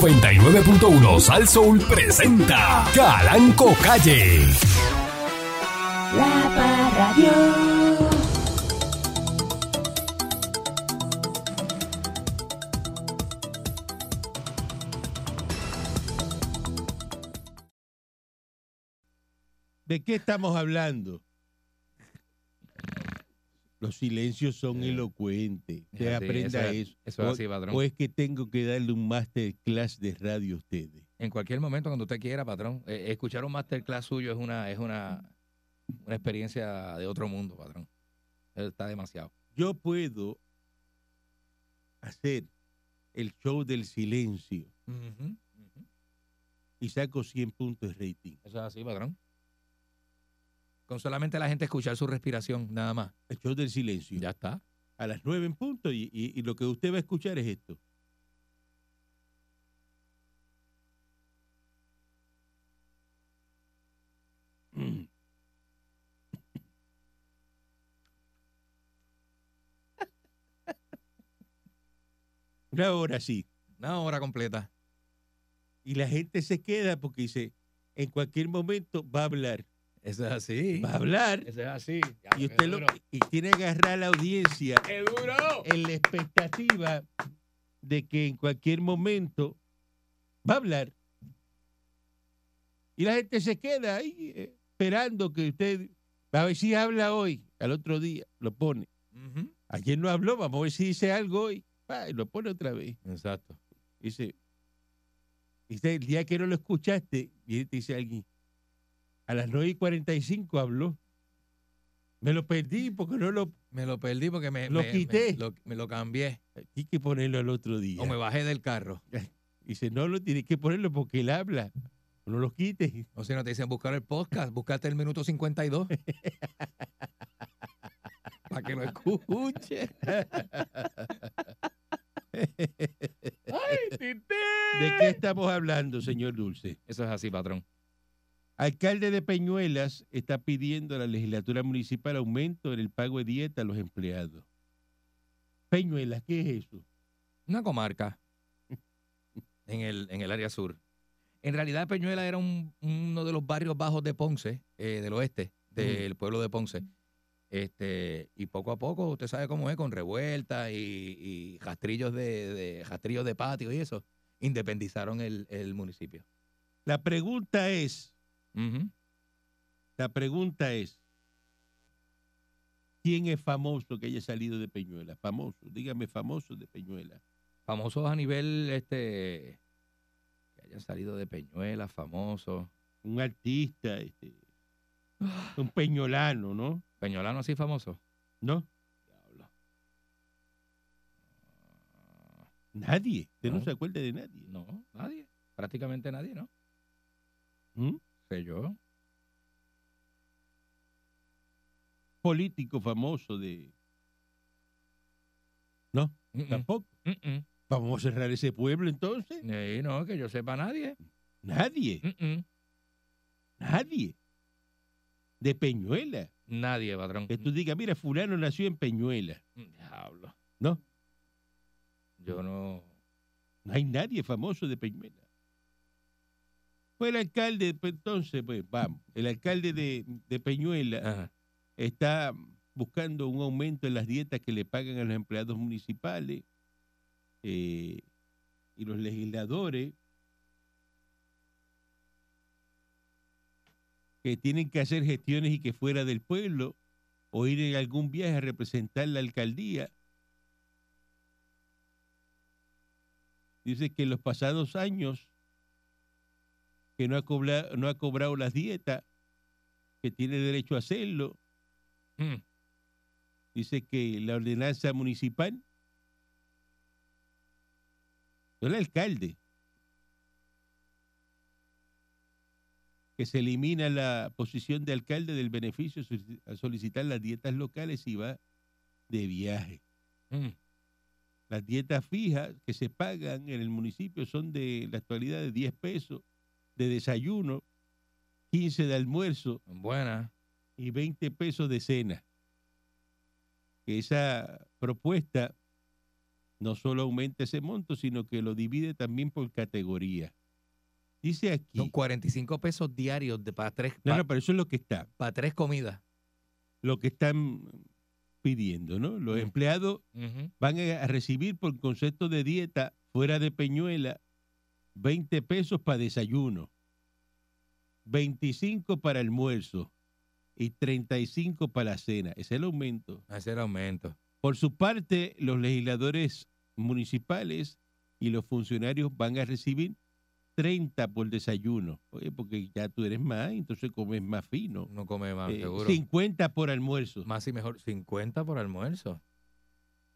99.1 Sal Soul presenta Calanco Calle. La Parradio. ¿De qué estamos hablando? Los silencios son Sí. elocuentes. Eh, Es Usted así, aprenda es- eso. Eso es así, O, patrón. o es que tengo que darle un masterclass de radio a ustedes. en cualquier momento, cuando usted quiera, patrón. Eh, escuchar un masterclass suyo es una, es una, una experiencia de otro mundo, patrón. Eso Está demasiado. Yo puedo hacer el show del silencio y saco 100 puntos de rating. Eso es así, patrón. Con solamente la gente escuchar su respiración, nada más. El show del silencio. Ya está. A las 9 en punto y, y- y lo que usted va a escuchar es esto. Mm. Ahora sí. Una hora completa. Y la gente se queda porque dice, en cualquier momento va a hablar. Eso es así. Va a hablar. Eso es así. Y usted lo, y tiene que agarrar a la audiencia ¡Qué duro! en la expectativa de que en cualquier momento va a hablar. Y la gente se queda ahí eh, esperando que usted, a ver si habla hoy, al otro día lo pone. Ujú. Ayer no habló, vamos a ver si dice algo hoy, pa, y lo pone otra vez. Exacto. Dice, dice, el día que no lo escuchaste, viene y te dice alguien, a las 9 y 45 habló. Me lo perdí porque no lo... Me lo perdí porque me Lo me- me- quité. lo, me lo cambié. Hay que ponerlo al otro día. O me bajé del carro. Dice, no lo tienes que ponerlo porque él habla. No lo quites. O si no te dicen buscar el podcast, buscarte el minuto 52. Para que lo escuche. ¡Ay, ¿De qué estamos hablando, señor Dulce? Eso es así, patrón. Alcalde de Peñuelas está pidiendo a la legislatura municipal aumento en el pago de dieta a los empleados. Peñuelas, ¿qué es eso? Una comarca en el, en el área sur. En realidad, Peñuela era un- uno de los barrios bajos de Ponce, eh, del oeste, del pueblo de Ponce. Este, y poco a poco, usted sabe cómo es, con revueltas y, y rastrillos de, de- rastrillos de patio y eso, independizaron el, el municipio. La pregunta es, Ujú. la pregunta es, ¿quién es famoso que haya salido de Peñuelas? Famoso, dígame famoso de Peñuelas. Famosos a nivel, este, que hayan salido de Peñuela, famosos. Un artista, este, Ah. un peñolano, ¿no? Peñolano así famoso. ¿No? Nadie. Usted no, No. se acuerda de nadie. Ah, No, nadie. Prácticamente nadie, ¿no? ¿Mm? Sé yo. Político famoso de. Mm, mm, Tampoco. mm, mm. Vamos a cerrar ese pueblo entonces. Eh, no, que yo sepa nadie. Nadie. Mm, mm. Nadie. De Peñuela. Nadie, patrón. Que tú digas, mira, Fulano nació en Peñuela. Mm, Diablo. No. Yo no. No hay nadie famoso de Peñuela. Fue el alcalde, pues, entonces, pues vamos. El alcalde de, de Peñuela. Ajá. está buscando un aumento en las dietas que le pagan a los empleados municipales eh, y los legisladores que tienen que hacer gestiones y que fuera del pueblo o ir en algún viaje a representar la alcaldía. Dice que en los pasados años que no ha cobrado, no ha cobrado las dietas, que tiene derecho a hacerlo, Mm. dice que la ordenanza municipal, no el alcalde, que se elimina la posición de alcalde del beneficio solici- a solicitar las dietas locales y va de viaje. Mm. Las dietas fijas que se pagan en el municipio son de la actualidad de 10 pesos de desayuno, 15 de almuerzo Buena. y 20 pesos de cena. Que esa propuesta no solo aumenta ese monto, sino que lo divide también por categoría. Dice aquí. Son 45 pesos diarios de, para, tres, No, para, no, pero eso es lo que está, para tres comidas. lo que están pidiendo, ¿no? Los Mm. empleados van a a recibir por concepto de dieta fuera de Peñuela 20 pesos para desayuno, 25 para almuerzo y 35 para la cena. Ese es el aumento. Ese es el aumento. Por su parte, los legisladores municipales y los funcionarios van a recibir 30 por desayuno, Oye, porque ya tú eres más, entonces comes más fino. No come más, Eh, Ah, seguro. 50 por almuerzo Más y mejor, 50 por almuerzo.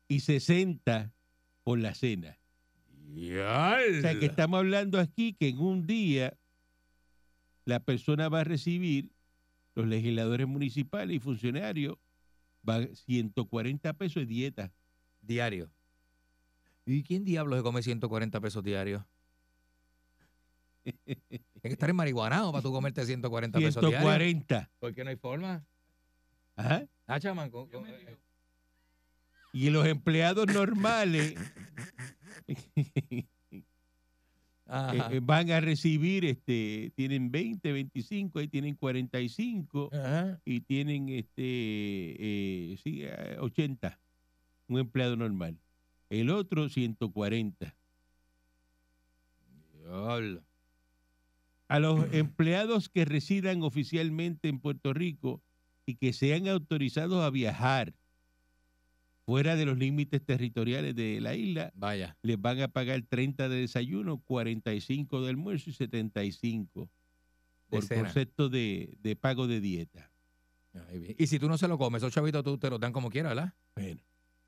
y 60 por la cena. O sea, que estamos hablando aquí que en un día la persona va a recibir, los legisladores municipales y funcionarios, va 140 pesos de dieta. Diario. ¿Y quién diablos se come 140 pesos diarios? Tienes que estar en marihuanao para tú comerte 140 pesos diarios. 140. ¿Por qué no hay forma? Ajá. Ah, chaman, con- con- Y los empleados normales eh, Ajá. eh, van a recibir, este, tienen 20, 25, ahí tienen 45 Ajá. y tienen este, eh, sí, eh, 80, un empleado normal. El otro 140. Diablo. a los empleados que residan oficialmente en Puerto Rico y que sean autorizados a viajar fuera de los límites territoriales de la isla, Vaya. les van a pagar 30 de desayuno, 45 de almuerzo y 75 De por cena. concepto de, de pago de dieta. Ahí bien. Y si tú no se lo comes, esos chavitos tú te los dan como quieras, ¿verdad? Bueno,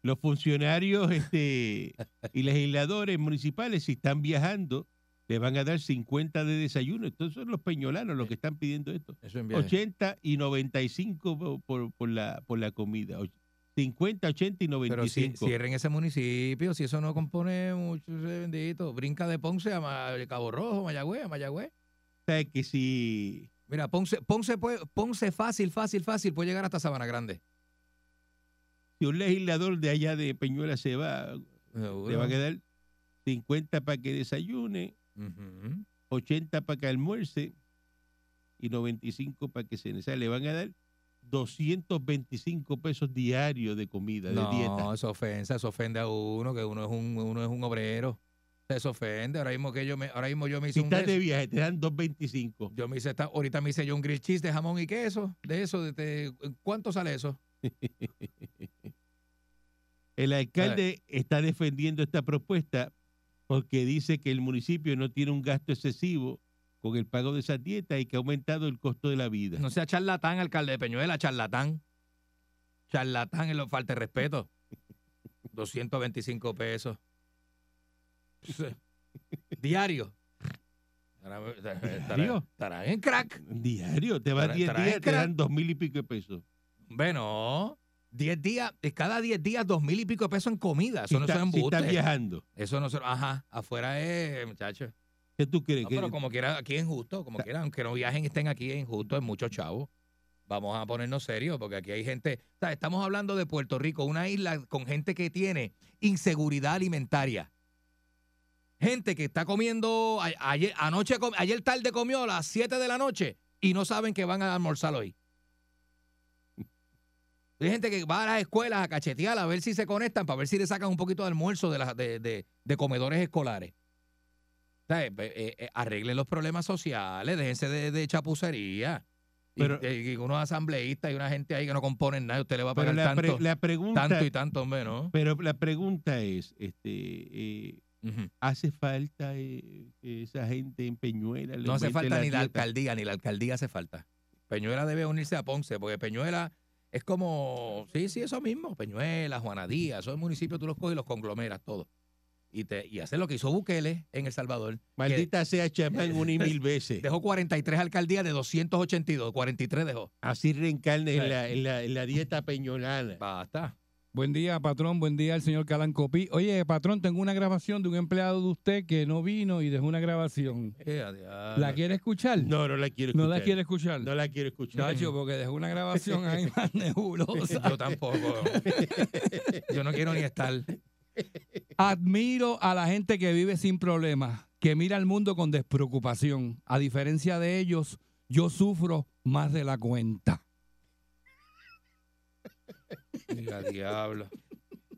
los funcionarios este, y legisladores municipales, si están viajando, les van a dar 50 de desayuno. Estos son los peñolanos los que están pidiendo esto. Eso en viaje. 80 y 95 po- por, por, la, por la comida. Och- 50, 80 y Pero si 95. cierren ese municipio, si eso no compone mucho, ese bendito. Brinca de Ponce a Ma- Cabo Rojo, Mayagüez, a Mayagüez. O sea, que si Mira, Ponce, Ponce, puede- Ponce fácil, fácil, fácil, puede llegar hasta Sabana Grande. si un legislador de allá de Peñuela se va, le Seguro. va a quedar 50 para que desayune, Ujú. 80 para que almuerce y 95 para que cene. O sea, le van a dar 225 pesos diarios de comida, de dieta. No, eso ofensa, eso ofende a uno, que uno es un, uno es un obrero. Eso ofende. Ahora mismo que yo me, ahora mismo yo me hice Si un estás de des- viaje, te dan 225. yo me hice esta- ahorita me hice yo un grill cheese de jamón y queso, de eso, de, de- ¿cuánto sale eso? El alcalde está defendiendo esta propuesta porque dice que el municipio no tiene un gasto excesivo con el pago de esas dietas y que ha aumentado el costo de la vida. No sea charlatán, alcalde de Peñuela, charlatán. Charlatán, en lo falta de respeto. 225 pesos. Diario. eh, Estarán- Estarán estarán en crack. Diario, te vas Tra- 10 trae días, te crack. dan dos mil y pico de pesos. Bueno, 10 días, de cada 10 días, dos mil y pico de pesos en comida. Eso Si no está- son si estás embustes. viajando, eso no son, ajá, afuera es, muchachos. ¿qué tú crees? No, que pero como quiera, aquí es injusto, como quiera, aunque no viajen y estén aquí, es injusto, es mucho chavo. Vamos a ponernos serios, porque aquí hay gente, o sea, estamos hablando de Puerto Rico, una isla con gente que tiene inseguridad alimentaria. Gente que está comiendo, a- ayer, anoche, com- ayer tarde comió a las 7 de la noche y no saben que van a almorzar hoy. Hay gente que va a las escuelas a cachetear, a ver si se conectan, para ver si le sacan un poquito de almuerzo de, las- de- de- de comedores escolares. ¿Sabes? Pe- eh, eh, arreglen los problemas sociales, déjense de, de chapucería. Y- eh, Pero- y, y unos asambleístas y una gente ahí que no componen nada, usted le va a pero pagar la, pre- tanto, la pregunta, tanto y tanto, hombre, ¿no? pero la pregunta es, este, eh, Ujú. ¿hace falta eh, que esa gente en Peñuela? le No hace aumente falta ni la dieta? alcaldía, ni la alcaldía hace falta. Peñuela debe unirse a Ponce, porque Peñuela es como, sí, sí, eso mismo, Peñuela, Juanadía, esos municipios tú los coges y los conglomeras todos. Y, te, y hacer lo que hizo Bukele en El Salvador. Maldita sea chamán una y mil veces. Dejó 43 alcaldías de 282, 43 dejó. Así reencarne en Sí. la, en la- en la dieta peñolana. Basta. Buen día, patrón. Buen día al señor Calancopi. Oye, patrón, tengo una grabación de un empleado de usted que no vino y dejó una grabación. Eh, adiós. ¿La quiere escuchar? No, no la quiero ¿No escuchar. la quiere escuchar. No la quiero escuchar. Chacho, porque dejó una grabación ahí más nebulosa. Yo tampoco. Yo no quiero ni estar. Admiro a la gente que vive sin problemas, que mira al mundo con despreocupación. A diferencia de ellos, yo sufro más de la cuenta. Mira, diablo.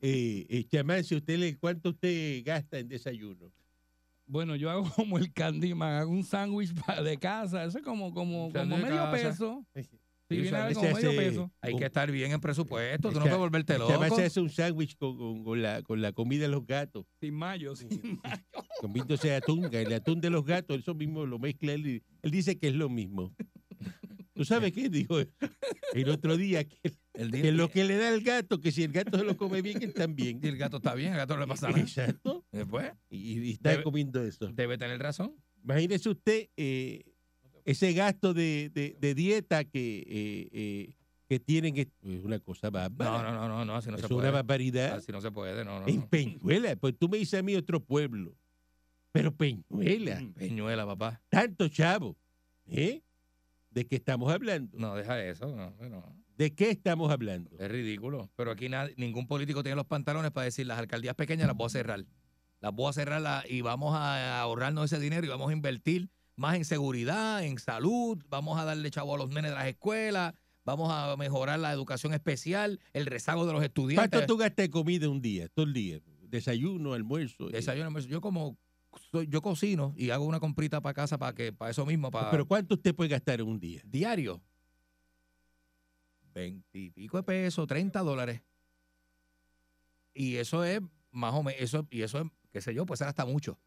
Eh, eh, chamán, si usted le, ¿cuánto usted gasta en desayuno? Bueno, yo hago como el Candyman, hago un sándwich pa- de casa, eso es como, como, Sándwich como de medio casa. peso. Sí, Si o viene sea, a ver, ese como medio hace- peso. Hay que estar bien en presupuesto, tú no Echa- puedes volverte El chamán loco. se hace un sándwich con, con- con la, con la comida de los gatos, Sin mayo, sin mayo. comiéndose atún, el atún de los gatos, eso mismo lo mezcla él, y- él dice que es lo mismo. ¿Tú sabes qué dijo el otro día? Que, El, que día- lo que le da el gato, que si el gato se lo come bien, él también. y el gato está bien, el gato no le pasa nada. Exacto. Después, Y, y está Debe- comiendo eso. debe tener razón. Imagínese usted eh, ese gasto de, de- de dieta que, eh, eh, que tienen. que- Es una cosa bárbara. No, no, no, no, no, así no es se una puede. barbaridad. Así no se puede, no, no. en no. Peñuela. Pues tú me dices a mí otro pueblo. Pero Peñuela, Mm. Peñuela, papá. tanto chavo. ¿eh? ¿De qué estamos hablando? No, deja eso. No, no. ¿De qué estamos hablando? Es ridículo. Pero aquí nadie- ningún político tiene los pantalones para decir las alcaldías pequeñas las voy a cerrar. Las voy a cerrar la- y vamos a ahorrarnos ese dinero y vamos a invertir más en seguridad, en salud, vamos a darle chavo a los nenes de las escuelas, vamos a mejorar la educación especial, el rezago de los ¿Cuánto estudiantes. tú gastas de comida un día? Todo el día. Desayuno, almuerzo. eh. Desayuno, almuerzo. yo como soy- yo cocino y hago una comprita para casa para que para eso mismo, para Pero ¿cuánto usted puede gastar en un día? diario. Veintipico de pesos, 30 dólares. Y eso es más o menos, eso, y eso es, qué sé yo, puede ser hasta mucho.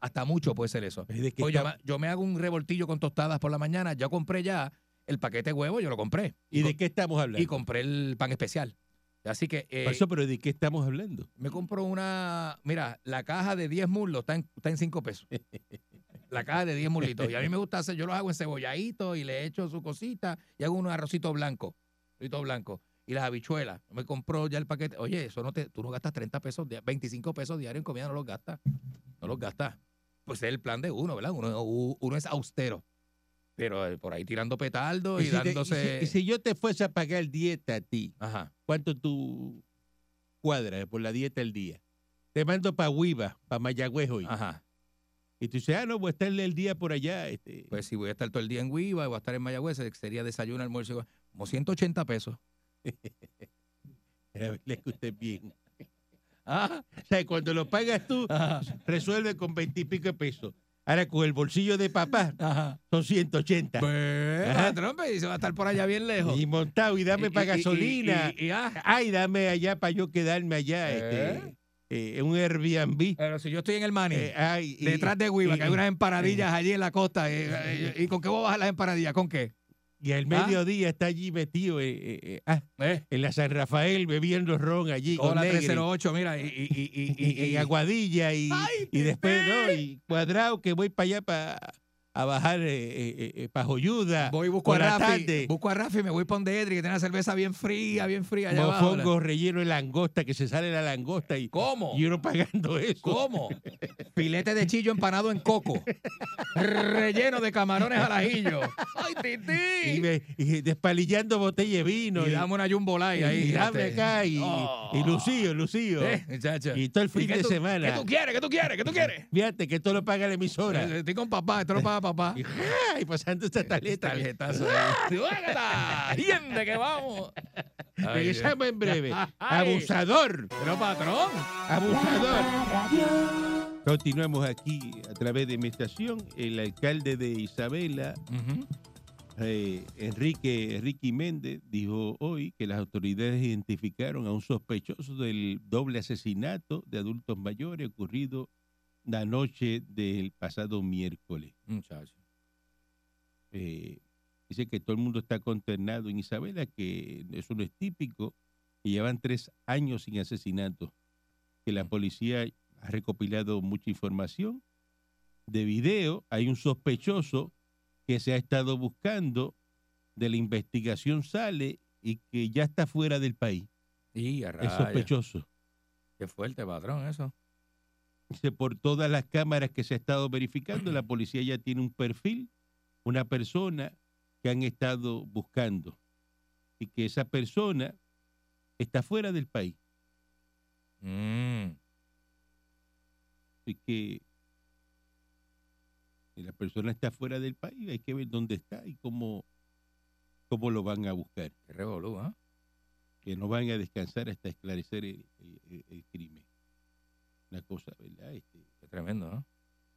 Hasta mucho puede ser eso. ¿De qué Oye, yo, estamos- me, yo me hago un revoltillo con tostadas por la mañana, ya compré ya el paquete de huevo, yo lo compré. ¿Y de qué co- Pues estamos hablando? y compré el pan especial. Así que eh, Por eso, pero ¿de qué estamos hablando? me compro una, mira, la caja de 10 muslos está en, está en 5 pesos. La caja de 10 muslitos. Y a mí me gusta hacer, yo los hago en cebolladitos y le echo su cosita y hago unos arrocitos blancos. Arrocito blanco. Y las habichuelas. Me compró ya el paquete. Oye, eso no te, tú no gastas 30 pesos, dia- 25 pesos diarios en comida, no los gastas. No los gastas. Pues es el plan de uno, ¿verdad? Uno, u- uno es austero. Pero eh, por ahí tirando petardo y, si te- dándose. si- y si yo te fuese a pagar dieta a ti, Ajá. ¿cuánto tú cuadras por la dieta al día? Te mando para Huiva, para Mayagüez hoy. Ajá. Y tú dices, ah, no, voy a estarle el día por allá. Este, Pues si voy a estar todo el día en Guiva, voy a estar en Mayagüez, eh, sería desayuno, almuerzo, y cena, como 180 pesos. la verdad es que usted es bien. Ah, O sea, cuando lo pagas tú, ajá, resuelve con veintipico de pesos. Ahora con el bolsillo de papá ajá. son 180. Pues, Ajá. patrón, pues, y se va a estar por allá bien lejos. y montado, y dame Y- para y- y- gasolina. y- y- y- ah, Ay, dame allá para yo quedarme allá. ¿Eh? Este, eh, un Airbnb. pero si yo estoy en el Mani, Eh, ay, y- detrás de Guiva, que hay y- unas emparadillas allí en la costa, eh, eh, ¿y con qué voy a bajar las emparadillas? ¿Con qué? Y al ¿Ah? mediodía está allí metido eh, eh, eh, ah, Eh, en la San Rafael bebiendo ron allí con hola Negri, 308, mira, y, y, y, y, y- y Aguadilla y, Ay, y después bebé. no, y Cuadrado que voy para allá para a bajar eh, para Joyuda. voy y busco a por la Rafi, tarde. busco a Rafi y me voy para donde Edri, que tiene la cerveza bien fría, bien fría allá abajo. Mofongo relleno de langosta, que se sale la langosta y, ¿Cómo? y uno pagando eso. ¿Cómo? Filete de chillo empanado en coco. Relleno de camarones al ajillo. ¡Ay, Y, tití! me- y despalillando botella de vino. Y dame una jumbo light ahí. y dame este. acá y, Oh. y Lucío, Lucío. Eh, muchacho. Y todo el fin qué de tú- semana. ¿Qué tú quieres? ¿Qué tú quieres? ¿Qué tú quieres? Fíjate que todo lo paga la emisora. pues Eh, Estoy con papá, esto lo paga papá. Y, ¡ja! y pasando esta tarjeta. Tarjetazo. ahí. ¡Uácata! ¡Yende que vamos! Ay, Dios. Regresamos en breve. Ay. Abusador, Pero patrón. abusador. Radio. Continuamos aquí a través de mi estación. El alcalde de Isabela, eh, Enrique Ricky Méndez, dijo hoy que las autoridades identificaron a un sospechoso del doble asesinato de adultos mayores ocurrido la noche del pasado miércoles. Muchacho. eh, dice que todo el mundo está consternado en Isabela, que eso no es típico, que llevan tres años sin asesinato, que la policía ha recopilado mucha información. De video hay un sospechoso que se ha estado buscando, de la investigación sale y que ya está fuera del país, Y a es rayos. sospechoso. Qué fuerte, patrón, eso. Dice, por todas las cámaras que se ha estado verificando, la policía ya tiene un perfil, una persona que han estado buscando. Y que esa persona está fuera del país. Mm. Así que si la persona está fuera del país, hay que ver dónde está y cómo, cómo lo van a buscar. Qué revolú, ¿ah? Que no van a descansar hasta esclarecer el, el- el- el crimen. Una cosa, ¿verdad? Este, Qué tremendo, ¿no?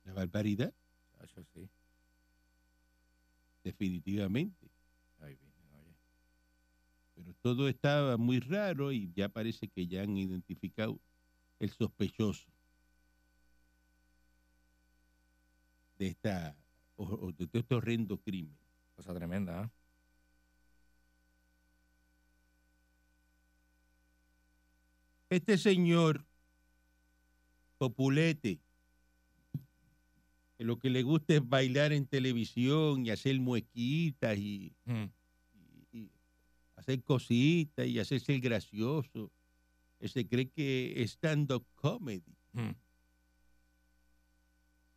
la barbaridad, Chacho, sí. definitivamente. Ay, bien, oye. Pero todo estaba muy raro y ya parece que ya han identificado el sospechoso de esta o- o de todo este horrendo crimen. Cosa tremenda, ¿ah? Este señor, Populete, que lo que le gusta es bailar en televisión y hacer muequitas y, Mm. y- y hacer cositas y hacerse el gracioso, que se cree que es stand-up comedy. Mm.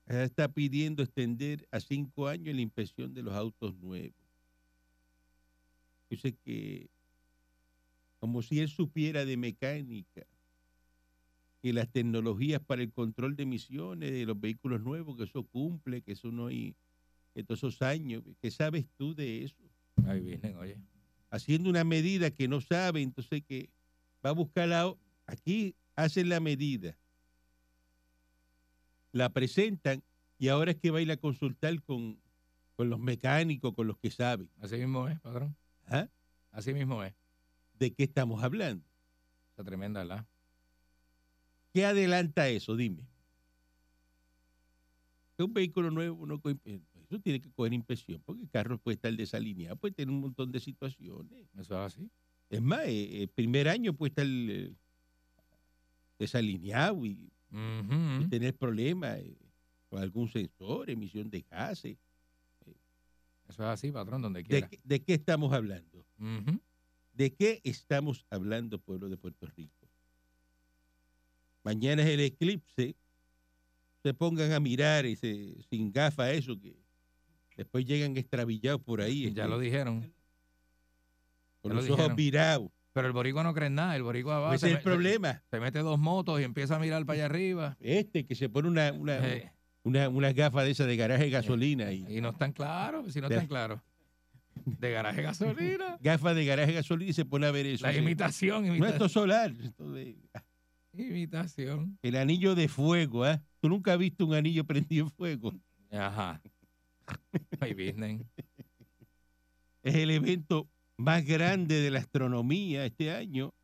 Ahora está pidiendo extender a cinco años la inspección de los autos nuevos. Dice que, como si él supiera de mecánica y las tecnologías para el control de emisiones de los vehículos nuevos, que eso cumple, que eso no hay, que todos esos años, ¿qué sabes tú de eso? Ay, bien, oye. Haciendo una medida que no sabe, entonces que va a buscar la... o- Aquí hacen la medida, la presentan y ahora es que va a ir a consultar con, con los mecánicos, con los que saben. Así mismo es, patrón. ¿ah? Así mismo es. ¿De qué estamos hablando? Está tremenda, ¿verdad? ¿Qué adelanta eso? Dime. Que un vehículo nuevo no co- eh, eso tiene que coger inspección, porque el carro puede estar desalineado, puede tener un montón de situaciones. Eso es así. Es más, eh, el primer año puede estar eh, desalineado y, y Ujú. tener problemas eh, con algún sensor, emisión de gases. Eso es así, patrón, donde ¿De, quiera. qué- de qué estamos hablando? Ujú. ¿De qué estamos hablando, pueblo de Puerto Rico? Mañana es el eclipse. Se pongan a mirar y se- sin gafa eso, que después llegan extravillados por ahí, Ya este, lo dijeron. con ya lo los ojos dijeron. virados. Pero el boricua no cree en nada. El boricua Ese va. es se el me- problema. Se mete dos motos y empieza a mirar para allá arriba. Este, que se pone una, una, Eh, una, una gafa de esa de garaje de gasolina. Y, y no están claros, si no De- están claros. De garaje gasolina. gafa de garaje de gasolina y se pone a ver eso. La Sí. imitación, No, imita- esto es solar. esto de- imitación. el anillo de fuego, ¿ah? Tú nunca has visto un anillo prendido en fuego. Ajá. My business. es el evento más grande de la astronomía este año.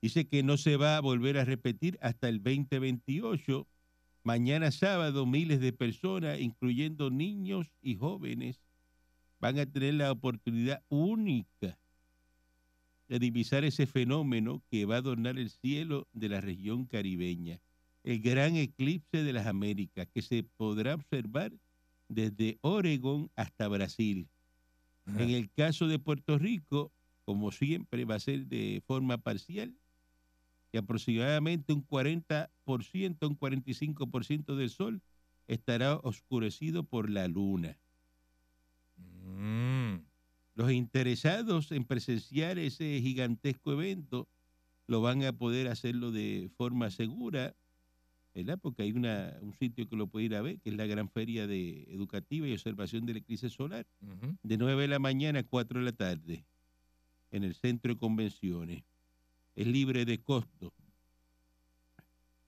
Dice que no se va a volver a repetir hasta el 2028. Mañana sábado miles de personas, incluyendo niños y jóvenes, van a tener la oportunidad única de divisar ese fenómeno que va a adornar el cielo de la región caribeña, el gran eclipse de las Américas, que se podrá observar desde Oregón hasta Brasil. En Ah. el caso de Puerto Rico, como siempre, va a ser de forma parcial y aproximadamente un 40%, un 45% del sol estará oscurecido por la luna. Mm. Los interesados en presenciar ese gigantesco evento lo van a poder hacerlo de forma segura, ¿verdad? Porque hay una, un sitio que lo puede ir a ver, que es la Gran Feria de Educativa y Observación del Eclipse Solar Ujú. de 9 de la mañana a 4 de la tarde en el centro de convenciones. Es libre de costo,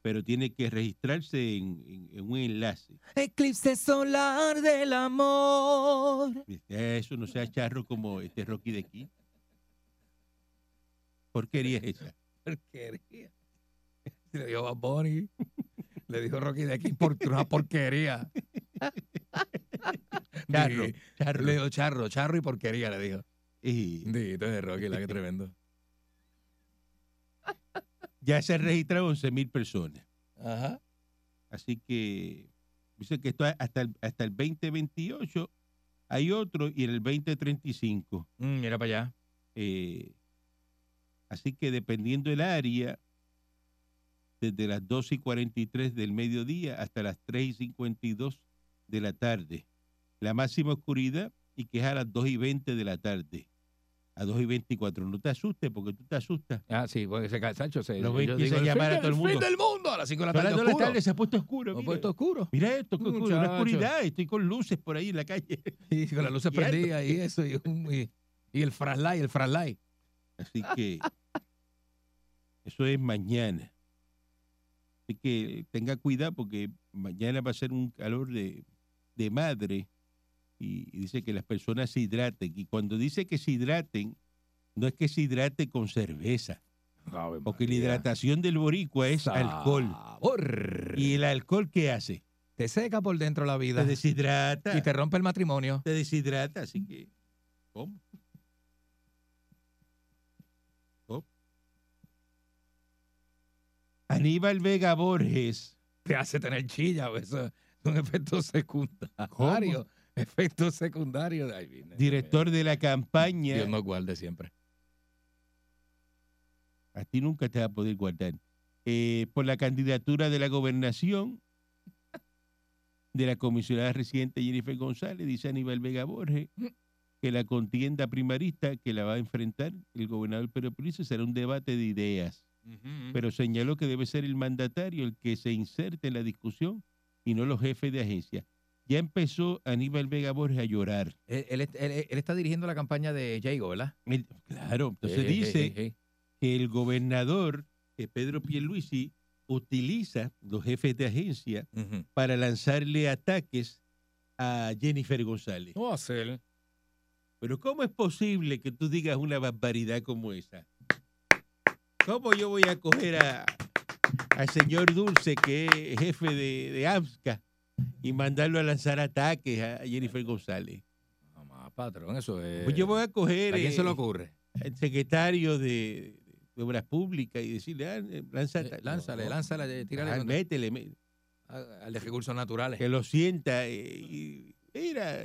pero tiene que registrarse en, en- en un enlace. Eclipse solar del amor. Dice, "Ah, Eso no sea charro como este Rocky de aquí. Porquería es esa. Porquería. Le dijo Bad Bunny. Le dijo Rocky de aquí por una porquería. Charro, Di- charro. Le dijo charro, charro y porquería, le dijo. Y Dito de Rocky, la que tremendo. ya se han registrado 11 mil personas. Ajá. Así que dice que esto hasta el, hasta el 2028 hay otro y en el 2035. Mm, mira para allá. Eh, así que dependiendo del área, desde las 2 y 43 del mediodía hasta las 3 y 52 de la tarde. La máxima oscuridad y que es a las 2 y 20 de la tarde. a 2 y 24. No te asustes porque tú te asustas. Ah, sí, porque se cae Sancho. Se, Los 20 yo digo, se "El llamar fin a todo el del- mundo". fin del mundo! A las 5 de la Son tarde. las dos de la oscuro. tarde se ha puesto oscuro. Nos Mira, hemos puesto oscuro. Mm, Mira esto, qué oscuro, una Muchacho. oscuridad. Estoy con luces por ahí en la calle. Y con las luces Y alto. prendidas y eso. Y, un- y- y el fraslay, el fraslay. Así que eso es mañana. Así que tenga cuidado porque mañana va a ser un calor de, de madre y, y dice que las personas se hidraten. Y cuando dice que se hidraten, no es que se hidrate con cerveza, porque la hidratación del boricua es alcohol. Sabor. ¿Y el alcohol qué hace? te seca por dentro la vida. Te deshidrata. Y te rompe el matrimonio. te deshidrata, así que. ¿Cómo? ¿Cómo? Aníbal Vega Borges. Te hace tener chilla. pues, Eso es un efecto secundario. Efecto secundario. Ay, viene, Director de la campaña. Dios nos guarde siempre. A ti nunca te va a poder guardar. Eh, por la candidatura de la gobernación de la comisionada residente Jennifer González, dice Aníbal Vega Borges, que la contienda primarista que la va a enfrentar el gobernador Pedro Pérez será un debate de ideas. pero señaló que debe ser el mandatario el que se inserte en la discusión y no los jefes de agencia. Ya empezó Aníbal Vega Borges a llorar. él, él est- él- él está dirigiendo la campaña de Jago, ¿verdad? Él- claro, entonces Eh, eh, dice eh, eh. que el gobernador eh, Pedro Pierluisi utiliza los jefes de agencia Ujú. para lanzarle ataques a Jennifer González. No va a ser. Pero ¿cómo es posible que tú digas una barbaridad como esa? ¿Cómo yo voy a coger a, al señor Dulce, que es jefe de, de AMSCA, y mandarlo a lanzar ataques a Jennifer González? No más, patrón, eso es. Pues yo voy a coger ¿A quién se eh, le ocurre? al secretario de, de Obras Públicas y decirle, ah, eh, lanza Eh, ata- lánzale, No, lánzale, eh, tírale ah, contra- métele, mé- a- al de recursos naturales. que lo sienta eh, y mira,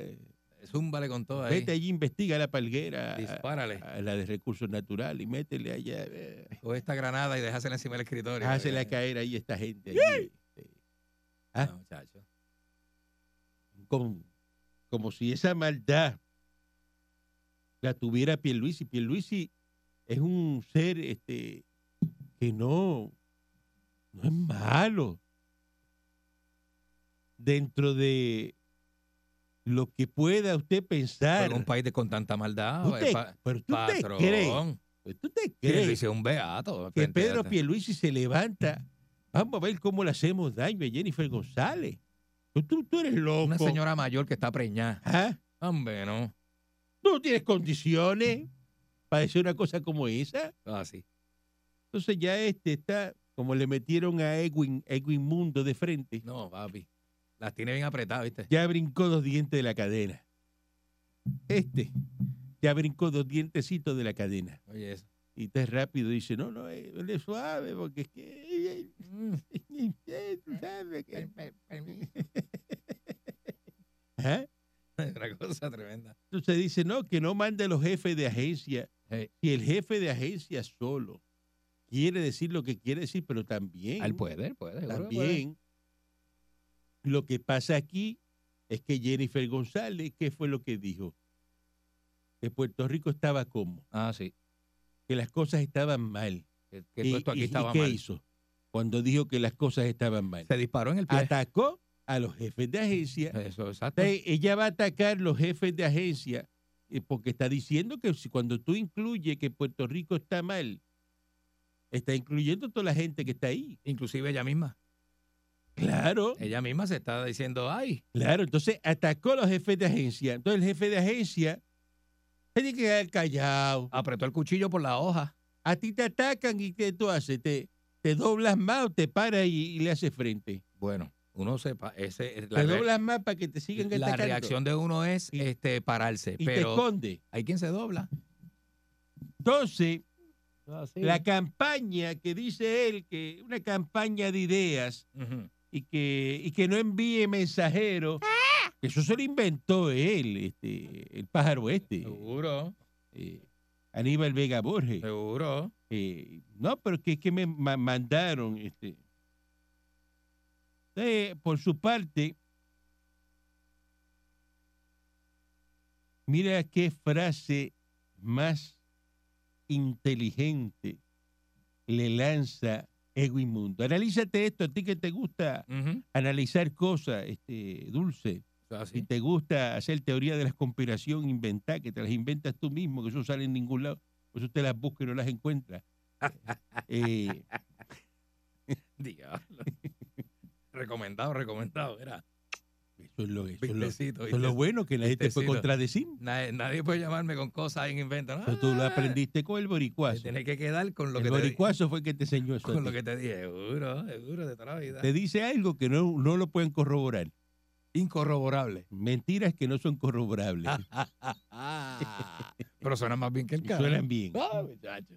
Zúmbale con todo ahí. vete allí, investiga la palguera, a- Dispárale. a la de recursos naturales, y métele allá. eh. O esta granada y dejásela encima del escritorio. Hácela Eh, caer ahí esta gente allí, eh, no, ah. muchacho. con- como si esa maldad la tuviera Pierluisi. Pierluisi es un ser este, que no, no es malo. Dentro de lo que pueda usted pensar. Pero un país de- con tanta maldad. ¿Tú te- eh, pa- pero tú te crees, patrón. tú te Que crees dice un beato. que frente a- Pedro Pierluisi se levanta. Vamos a ver cómo le hacemos daño a Jennifer González. Tú, tú- tú eres loco. Una señora mayor que está preñada. ¿Ah? Hombre, no. Tú no tienes condiciones para decir una cosa como esa. Así. Entonces ya este está, como le metieron a Edwin, Edwin Mundo de frente, No, papi. Las tiene bien apretadas, ¿viste? ya brincó dos dientes de la cadena. Este ya brincó dos dientecitos de la cadena. Oye, eso. Y está rápido y dice, no, no, eh, es suave porque es que... Mm. eh, tú sabes que-". Ajá. Una cosa tremenda. Entonces dice, no, que no mande los jefes de agencia. Hey. Si el jefe de agencia solo quiere decir lo que quiere decir, pero también... Al pues. poder, Ah, puede. seguro que puede. También lo que pasa aquí es que Jennifer González, ¿qué fue lo que dijo? Que Puerto Rico estaba como, Ah, sí. que las cosas estaban mal. Que, que Y- todo esto aquí y- ¿y estaba qué mal. hizo cuando dijo que las cosas estaban mal? Se disparó en el pie. Atacó a los jefes de agencia. Ah, Eso, exacto. Entonces, ella va a atacar los jefes de agencia eh, porque está diciendo que si- cuando tú incluyes que Puerto Rico está mal, está incluyendo toda la gente que está ahí. Inclusive ella misma. Claro. Ella misma se está diciendo, ay, Claro, entonces atacó a los jefes de agencia. Entonces el jefe de agencia tiene que quedar callado. apretó el cuchillo por la hoja. A ti te atacan y ¿qué tú haces? Te, te doblas más o te paras y, y le haces frente. Bueno, uno sepa, ese, Te la, re- doblas más para que te sigan la atacando. reacción de uno es este Y- este pararse, Y te pero esconde. hay quien se dobla. Entonces, la La- campaña que dice él, que una campaña de ideas Ujú. y que, y que no envíe mensajeros, que eso se lo inventó él, este, el pájaro este, Seguro, eh, Aníbal Vega Borges. seguro. Eh, no, pero que es que me ma- mandaron. Este. Eh, por su parte, mira qué frase más inteligente le lanza ego inmundo. Analízate esto, a ti que te gusta Ujú. analizar cosas, este, Dulce. Eso es Si así. te gusta hacer teoría de las conspiración, inventar, que te las inventas tú mismo, que eso sale en ningún lado, por eso te las buscas y no las encuentras. Eh, Diablo. recomendado, recomendado. Era. eso es lo, eso es lo- Vistecito, eso es lo vistecito. bueno, que la gente puede Vistecito. contradecir. Ah. Nadie, nadie puede llamarme con cosas en invento. ¿no? Pero tú lo aprendiste con el Te boricuazo. tienes que quedar con lo el que te di- boricuazo fue el que te enseñó eso. a con lo ti. que te dije. Seguro, seguro de toda la vida. Te dice algo que no, no lo pueden corroborar. Incorroborable. Mentiras que no son corroborables. Pero suena más bien que el Y cara. suenan bien. Ah, muchacho.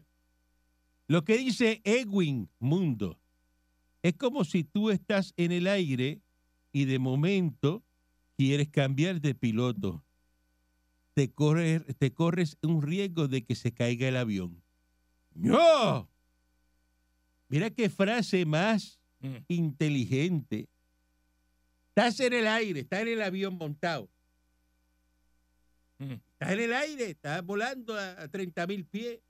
Lo que dice Edwin Mundo es como si tú estás en el aire y de momento quieres cambiar de piloto. Te corres, te corres un riesgo de que se caiga el avión. ¡No! Mira qué frase más Mm. inteligente. Estás en el aire, estás en el avión montado. Mm. Estás en el aire, estás volando a 30 mil pies.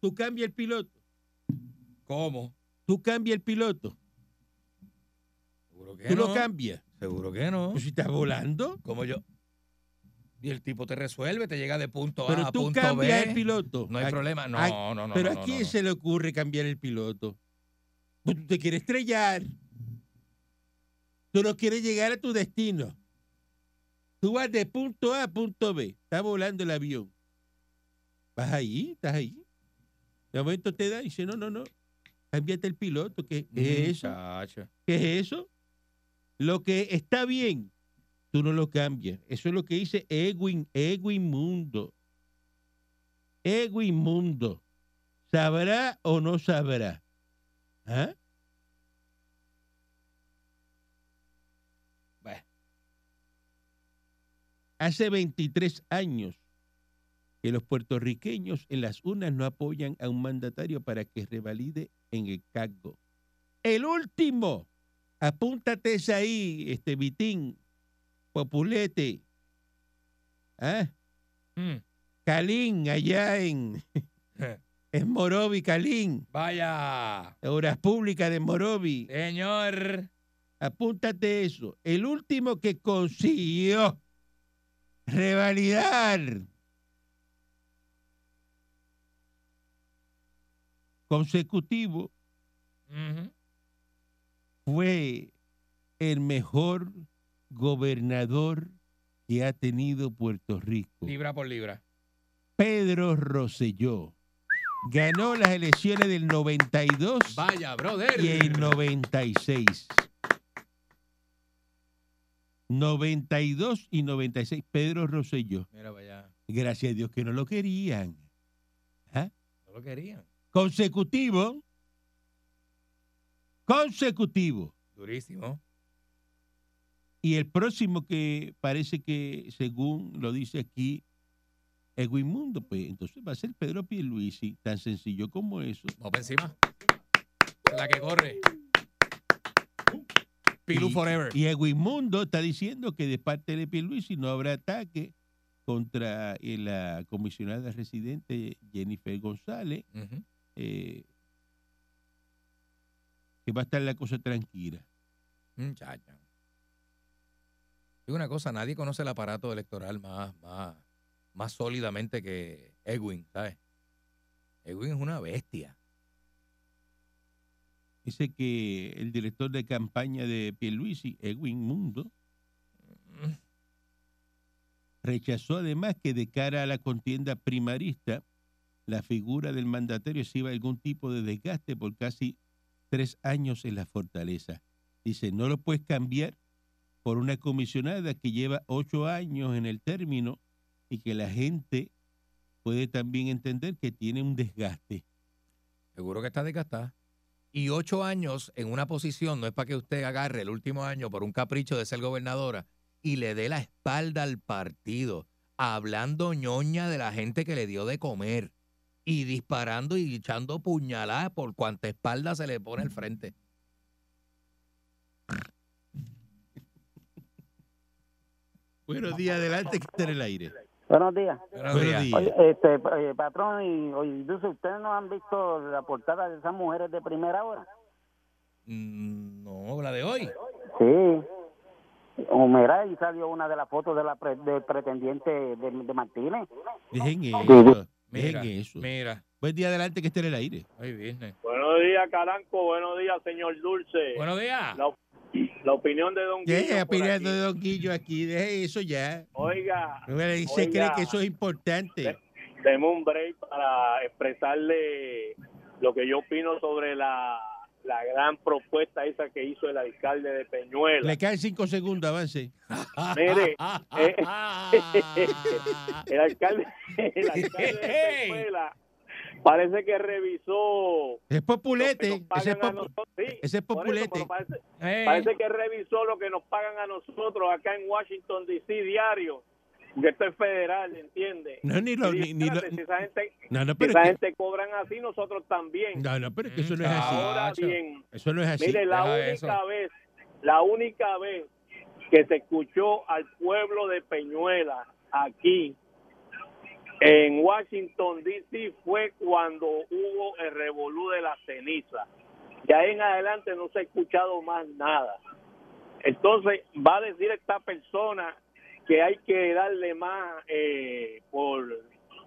Tú cambias el piloto. ¿Cómo? Tú cambias el piloto. Seguro que Tú Eh, no. lo cambias. Seguro que no. Pues si estás volando. Como yo. Y el tipo te resuelve, te llega de punto Pero Ah, A a tú punto cambias B. el piloto. No hay ¿A- problema. No, a- no, no. pero no, ¿a quién no, no. se le ocurre cambiar el piloto? Pues tú te quieres estrellar. Tú no quieres llegar a tu destino. Tú vas de punto A a punto B. Está volando el avión. Vas ahí, estás ahí. De momento te da y dice, no, no, no. Cámbiate el piloto. ¿Qué Mm, es eso? Muchacho. ¿Qué es eso? Lo que está bien, tú no lo cambias. Eso es lo que dice Edwin, Edwin Mundo. Edwin Mundo. ¿Sabrá o no sabrá? ¿Ah? Bueno. Hace 23 años que los puertorriqueños en las urnas no apoyan a un mandatario para que revalide en el cargo. El último. Apúntate ese ahí, este Vitín, Populete, ¿ah? Mm. Calín, allá en, en Morovi, Calín, Vaya. Obras Públicas de Morovi. Señor. Apúntate eso. El último que consiguió revalidar. Consecutivo Ujú. fue el mejor gobernador que ha tenido Puerto Rico. Libra por libra. Pedro Rosselló. Ganó las elecciones del 92 Vaya, brother. y el 96. 92 y 96, Pedro Rosselló. Mira, vaya. Gracias a Dios que no lo querían. No lo querían. Consecutivo. Consecutivo. Durísimo. Y el próximo que parece que, según lo dice aquí, Edwin Mundo, pues entonces va a ser Pedro Pierluisi, tan sencillo como eso. Vamos para encima. La que corre. Pilu Y- forever. Y Edwin Mundo está diciendo que de parte de Pierluisi no habrá ataque contra eh, la comisionada residente Jennifer González, Ujú. eh, que va a estar la cosa tranquila. Muchacho. Digo una cosa, nadie conoce el aparato electoral más, más, más sólidamente que Edwin, ¿sabes? Edwin es una bestia. Dice que el director de campaña de Pierluisi, Edwin Mundo, Rechazó además que de cara a la contienda primarista, la figura del mandatario exhiba algún tipo de desgaste por casi tres años en la fortaleza. Dice, no lo puedes cambiar por una comisionada que lleva ocho años en el término y que la gente puede también entender que tiene un desgaste. Seguro que está desgastada. Y ocho años en una posición no es para que usted agarre el último año por un capricho de ser gobernadora y le dé la espalda al partido, hablando ñoña de la gente que le dio de comer y disparando y echando puñaladas por cuanta espalda se le pone al frente. Buenos días, adelante, que está en el aire. Buenos días. Buenos días. Oye, este, eh, patrón, y, oye, Dulce, ¿ustedes no han visto la portada de esas mujeres de primera hora? Mm, No, la de hoy. Sí. Humeray Oh, salió una de las fotos de la pre- del pretendiente de, de Martínez. Dejen eso. Dejen Mira, eso. mira. Buen día adelante que esté en el aire. Ay, business. Buenos días, Caranco. Buenos días, señor Dulce. Buenos días. La, la opinión de Don Dejen Guillo por opinando de aquí. Don Guillo aquí. Dejen eso ya. Oiga, Él Se cree Oiga. que eso es importante. demos un break para expresarle lo que yo opino sobre la, la gran propuesta esa que hizo el alcalde de Peñuela. Le caen cinco segundos, avance. Mire, eh, el alcalde, el alcalde de Peñuela parece que revisó... Es lo que populete. nos Ese es, pagan a popu- nosotros. Sí, ese es por eso, populete. pero parece- Eh, Parece que revisó lo que nos pagan a nosotros acá en Washington, D.C. diario, porque esto es federal, ¿entiendes? No, ni lo- Y ni- ni lo- espérate, si esa gente, No, no, si pero esa es gente cobran así, nosotros que, también. no, no, pero es que eso no es así. Ahora Chacho. bien, Eso no es así. mire, la deja única eso. vez, la única vez que se escuchó al pueblo de Peñuela aquí en Washington, D.C. fue cuando hubo el revolú de la ceniza. De ahí en adelante no se ha escuchado más nada. Entonces, va a decir esta persona que hay que darle más eh, por,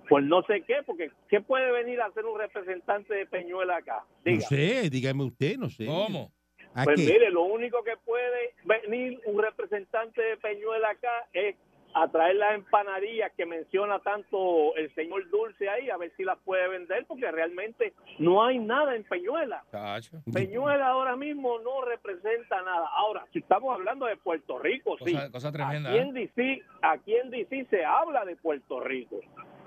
por no sé qué, porque ¿qué puede venir a hacer un representante de Peñuela acá? No Diga. sé, dígame usted, no sé. ¿Cómo? ¿A Pues qué? mire, lo único que puede venir un representante de Peñuela acá es a traer las empanadillas que menciona tanto el señor Dulce ahí, a ver si las puede vender, porque realmente no hay nada en Peñuela. Chacho. Peñuela ahora mismo no representa nada. Ahora, si estamos hablando de Puerto Rico, sí. Cosa, cosa tremenda. Aquí ¿eh? en, DC, aquí en DC se habla de Puerto Rico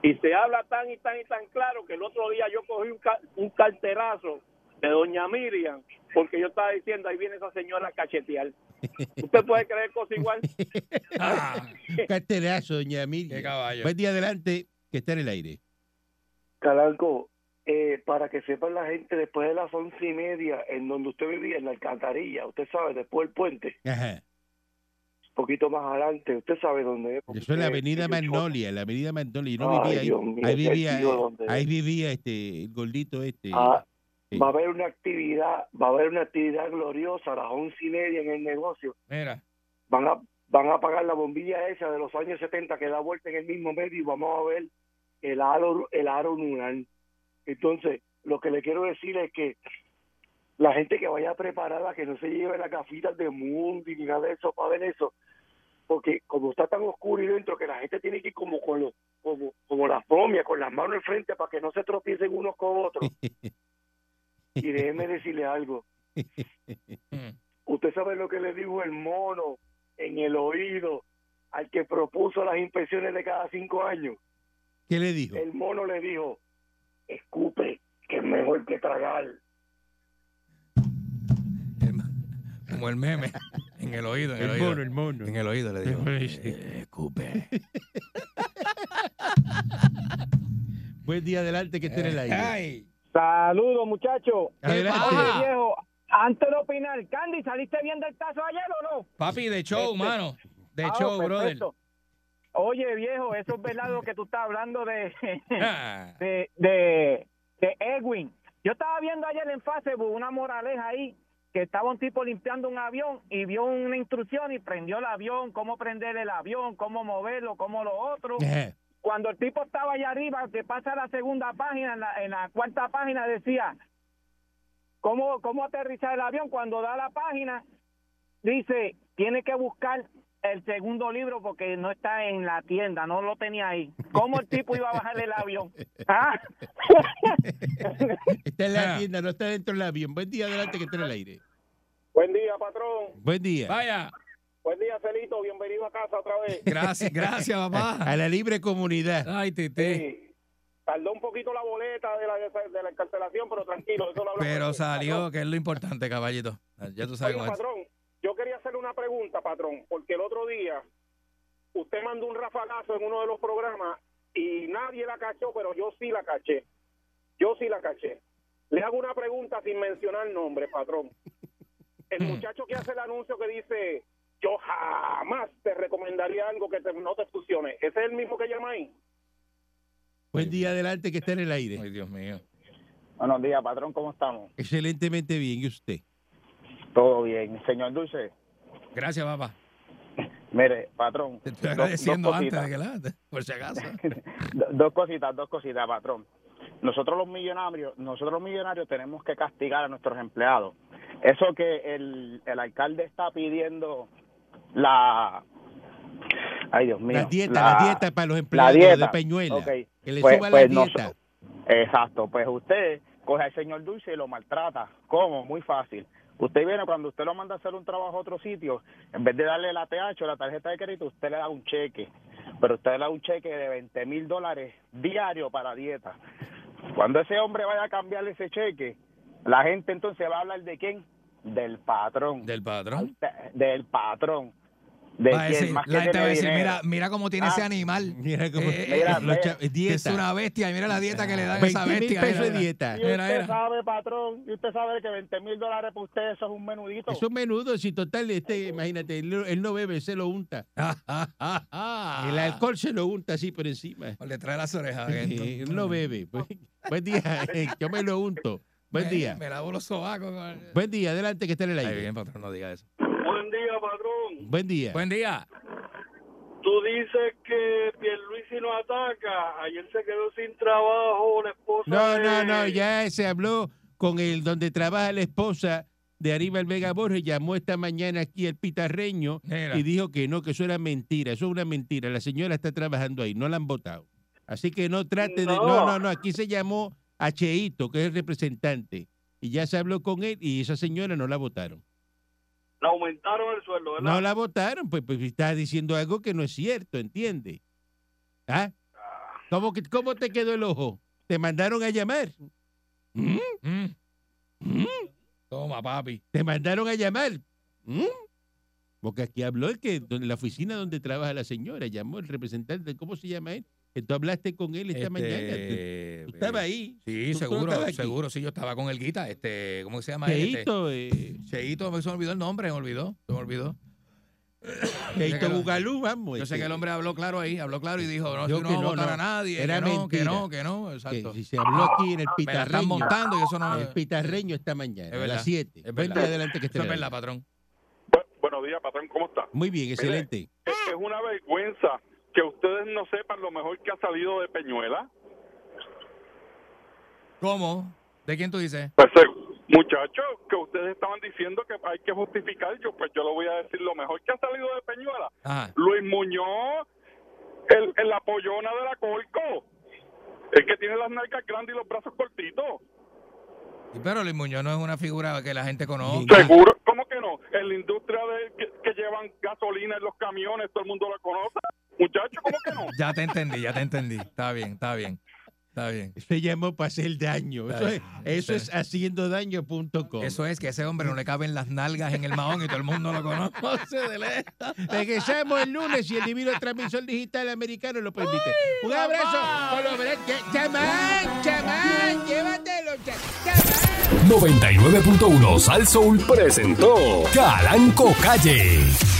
y se habla tan y tan y tan claro que el otro día yo cogí un, ca- un carterazo de doña Miriam porque yo estaba diciendo ahí viene esa señora a cachetear. ¿Usted puede creer cosa igual? Ah, Cartelazo, doña Miriam. qué caballo. Buen día adelante que está en el aire. Calanco, eh, para que sepan la gente, después de las once y media, en donde usted vivía, en la alcantarilla, usted sabe, después del puente, Ajá. un poquito más adelante, usted sabe dónde es. porque Eso es la usted- avenida usted- Magnolia, la avenida Magnolia. Yo Ay, no vivía ahí. Dios mío, ahí qué vivía, tío eh, donde- ahí vivía este, el gordito este. Ah, Sí. Va a haber una actividad, va a haber una actividad gloriosa a las once y media en el negocio. Mira. Van a, van a apagar la bombilla esa de los años 70 que da vuelta en el mismo medio y vamos a ver el aro, el aro lunar. Entonces, lo que le quiero decir es que la gente que vaya preparada, que no se lleve las gafitas de Mundi ni nada de eso para ver eso, porque como está tan oscuro y dentro que la gente tiene que ir como con los, como, como las momias, con las manos enfrente para que no se tropiecen unos con otros. Y déjeme decirle algo. Mm. Usted sabe lo que le dijo el mono en el oído al que propuso las inspecciones de cada cinco años. ¿Qué le dijo? El mono le dijo, escupe, que es mejor que tragar. El- como el meme. En el oído, en El el, oído. mono, el mono. En el oído le digo. Sí. "Eh, escupe. Buen día adelante que esté en el aire. Ay. Saludos, muchachos. Adelante. pasa? viejo, antes de opinar, Candy, ¿saliste bien del caso ayer o no? Papi, de show, mano. De Este. Ah, show, brother. perfecto. Oye, viejo, eso es verdad lo que tú estás hablando de, Ah, de, de, de Edwin. Yo estaba viendo ayer en Facebook una moraleja ahí que estaba un tipo limpiando un avión y vio una instrucción y prendió el avión, cómo prender el avión, cómo moverlo, cómo lo otro. Ajá. Cuando el tipo estaba allá arriba, que pasa a la segunda página, en la, en la cuarta página decía, ¿cómo, ¿cómo aterrizar el avión? Cuando da la página, dice, tiene que buscar el segundo libro porque no está en la tienda, no lo tenía ahí. ¿Cómo el tipo iba a bajar el avión? ¿Ah? Está en Este la Ah. tienda, no está dentro del avión. Buen día adelante que esté en el aire. Buen día, patrón. Buen día. vaya. Buen día, Celito. Bienvenido a casa otra vez. Gracias, gracias, A papá. la libre comunidad. Ay, tete. Tardó un poquito la boleta de la, de la encarcelación, pero tranquilo. Eso lo hablamos Pero después. salió, que es lo importante, caballito. Ya tú sabes Oye, cómo es. patrón, yo quería hacerle una pregunta, patrón, porque el otro día usted mandó un rafagazo en uno de los programas y nadie la cachó, pero yo sí la caché. Yo sí la caché. Le hago una pregunta sin mencionar nombre, patrón. Hmm. El muchacho que hace el anuncio que dice, yo jamás te recomendaría algo que te- no te funcione. ¿Ese es el mismo que llama ahí? Buen día adelante que está en el aire. Ay, Dios mío. Buenos días, patrón, ¿cómo estamos? Excelentemente bien, ¿y usted? Todo bien. Señor Dulce, Gracias, papá. mire, patrón. Te estoy dos- agradeciendo dos antes cositas. de que la... Por si acaso. Do- dos cositas, dos cositas, patrón. Nosotros los millonarios, nosotros los millonarios tenemos que castigar a nuestros empleados. Eso que el, el alcalde está pidiendo la Ay, Dios mío. la dieta, la, dieta para los empleados de dieta. Peñuela. Ok. Que le Pues- suba pues la no dieta. so- Exacto, pues usted coge al señor Dulce y lo maltrata. ¿Cómo? Muy fácil. Usted viene cuando usted lo manda a hacer un trabajo a otro sitio, en vez de darle la TH o la tarjeta de crédito, usted le da un cheque. Pero usted le da un cheque de 20 mil dólares diario para dieta. Cuando ese hombre vaya a cambiarle ese cheque, la gente entonces va a hablar de quién? Del patrón. Del patrón. De- del patrón. De Va a quien decir- más que Ah, la gente va a tiene decir, dinero. mira, mira cómo tiene Ah. ese animal. Mira cómo- Eh, eh, mira, los ve, cha- es que Es dieta. una bestia. Y mira la dieta que le dan a esa 20 mil bestia. pesos mira, de mira. dieta. Y usted Era, era. sabe, patrón, y usted sabe que 20 mil dólares para usted eso es un menudito. Es un menudo, si total, este, imagínate, él, no- él no bebe, se lo unta. El alcohol se lo unta así por encima. Le trae las orejas. Gento. Eh, él no bebe. Pues, Buen día, eh, yo me lo unto. Buen Me- día. Eh, Me lavo los sobacos. con- Buen día, adelante que está en el Ay, aire. bien, patrón, no diga eso. Buen día, patrón. Buen día. Buen día. Tú dices que Pierluisi no ataca. Ayer se quedó sin trabajo la esposa. No, de- no, no, ya se habló con el donde trabaja la esposa de Aníbal Vega Borges, llamó esta mañana aquí el pitarreño Mira. y dijo que no, que eso era mentira, eso es una mentira, la señora está trabajando ahí, no la han votado. Así que no trate de... No, No. no, no, aquí se llamó a Cheito, que es el representante, y ya se habló con él y esa señora no la votaron. Le aumentaron el sueldo, ¿verdad? No la votaron, pues, pues está diciendo algo que no es cierto, ¿entiende? ¿Ah? ¿Cómo, que- ¿Cómo te quedó el ojo? ¿Te mandaron a llamar? ¿Mm? Mm. ¿Mm? Toma, papi. Te mandaron a llamar. ¿Mm? Porque aquí habló el que, donde- la oficina donde trabaja la señora, llamó el representante, ¿cómo se llama él? Que tú hablaste con él esta Este, mañana. Tú, eh, tú estabas ahí. Sí, Tú- tú no estabas seguro, aquí. seguro. Sí, yo estaba con el guita. Este, ¿Cómo se llama? él? Este, Cheito, eh, Cheito, me- se me olvidó el nombre, me olvidó. Se me olvidó. Yo sé que Cheito lo- Bugalú, vamos. Yo sé este, que el hombre habló claro ahí, habló claro y dijo, no, Yo yo no que voy a no, votar no. a nadie, Era que no, que mentira. no, que no, que exacto. si se habló aquí en el Me la están pitarreño. montando y eso no El este pitarreño esta mañana, Ah. Es a las verdad, 7. es Buen verdad. día adelante que esté. eso es verdad, patrón. Buenos días, patrón, ¿cómo está? Muy bien, excelente. Es es una vergüenza que ustedes no sepan lo mejor que ha salido de Peñuela. ¿Cómo? ¿De quién tú dices? Pues, eh, muchachos, que ustedes estaban diciendo que hay que justificar, yo pues yo lo voy a decir lo mejor que ha salido de Peñuela. Ajá. Luis Muñoz, el, el apoyona de la Colco, el que tiene las nalgas grandes y los brazos cortitos. Y Pero Luis Muñoz no es una figura que la gente conozca. Seguro, ¿cómo que no? En la industria de, que, que llevan gasolina en los camiones, todo el mundo la conoce. Muchachos, ¿cómo que no? Ya te entendí, ya te entendí. Está bien, está bien. Está bien. Se llamó para hacer daño. Eso es, eso es haciendodaño.com. Eso es que a ese hombre no le caben las nalgas en el mahón y todo el mundo lo conoce de lejos. Regresamos el lunes y el divino transmisor digital americano lo permite. Un abrazo. Con los bra- Ya- Chamán, chamán, llévatelo. cha- Chamán. 99.1 Sal Soul presentó Calanco Calle.